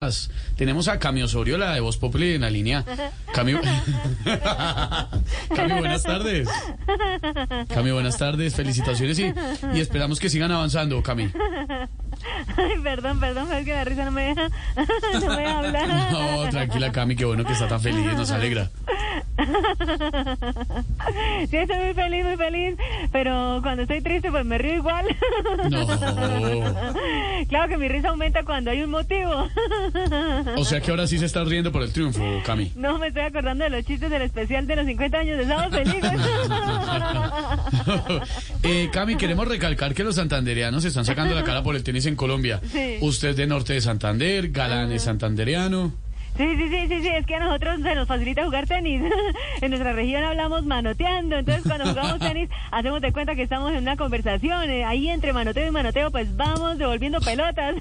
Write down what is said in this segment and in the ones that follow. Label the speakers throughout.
Speaker 1: Paz. Tenemos a Camio Osorio, la de Voz Populi, en la línea. Camio... Camio, buenas tardes. Camio, buenas tardes. Felicitaciones y, y esperamos que sigan avanzando, Cami.
Speaker 2: Ay, perdón, perdón, es que la risa no me deja, no me deja hablar.
Speaker 1: No, tranquila, Cami, qué bueno que está tan feliz, nos alegra.
Speaker 2: Sí, estoy muy feliz, muy feliz, pero cuando estoy triste pues me río igual.
Speaker 1: No.
Speaker 2: Claro que mi risa aumenta cuando hay un motivo.
Speaker 1: O sea que ahora sí se está riendo por el triunfo, Cami.
Speaker 2: No, me estoy acordando de los chistes del especial de los 50 años de Sábado Feliz.
Speaker 1: Eh, Cami, queremos recalcar que los santandereanos están sacando la cara por el tenis en Colombia.
Speaker 2: Sí.
Speaker 1: Usted es de norte de Santander, Galán es santandereano.
Speaker 2: Sí, sí, sí, sí, sí, es que a nosotros se nos facilita jugar tenis. En nuestra región hablamos manoteando, entonces cuando jugamos tenis hacemos de cuenta que estamos en una conversación. eh, ahí entre manoteo y manoteo pues vamos devolviendo pelotas.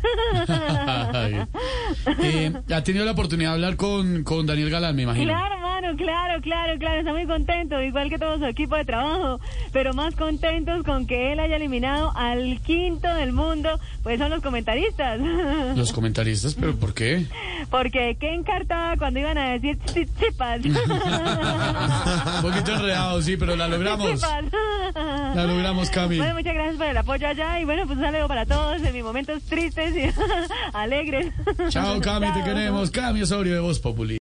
Speaker 1: Eh, ha tenido la oportunidad de hablar con, con Daniel Galán, me imagino.
Speaker 2: Claro, hermano, claro, claro, claro, está muy contento, igual que todo su equipo de trabajo, pero más contentos con que él haya eliminado al quinto del mundo, pues son los comentaristas.
Speaker 1: Los comentaristas, pero ¿por qué?
Speaker 2: Porque qué encartada cuando iban a decir chi- chipas.
Speaker 1: Un poquito enredado, sí, pero la logramos.
Speaker 2: Chipas.
Speaker 1: La logramos, Cami.
Speaker 2: Bueno, muchas gracias por el apoyo allá y bueno, pues un saludo para todos en mis momentos tristes y alegres.
Speaker 1: Chao, Cami, te queremos. Cami Osorio de Voz Populi.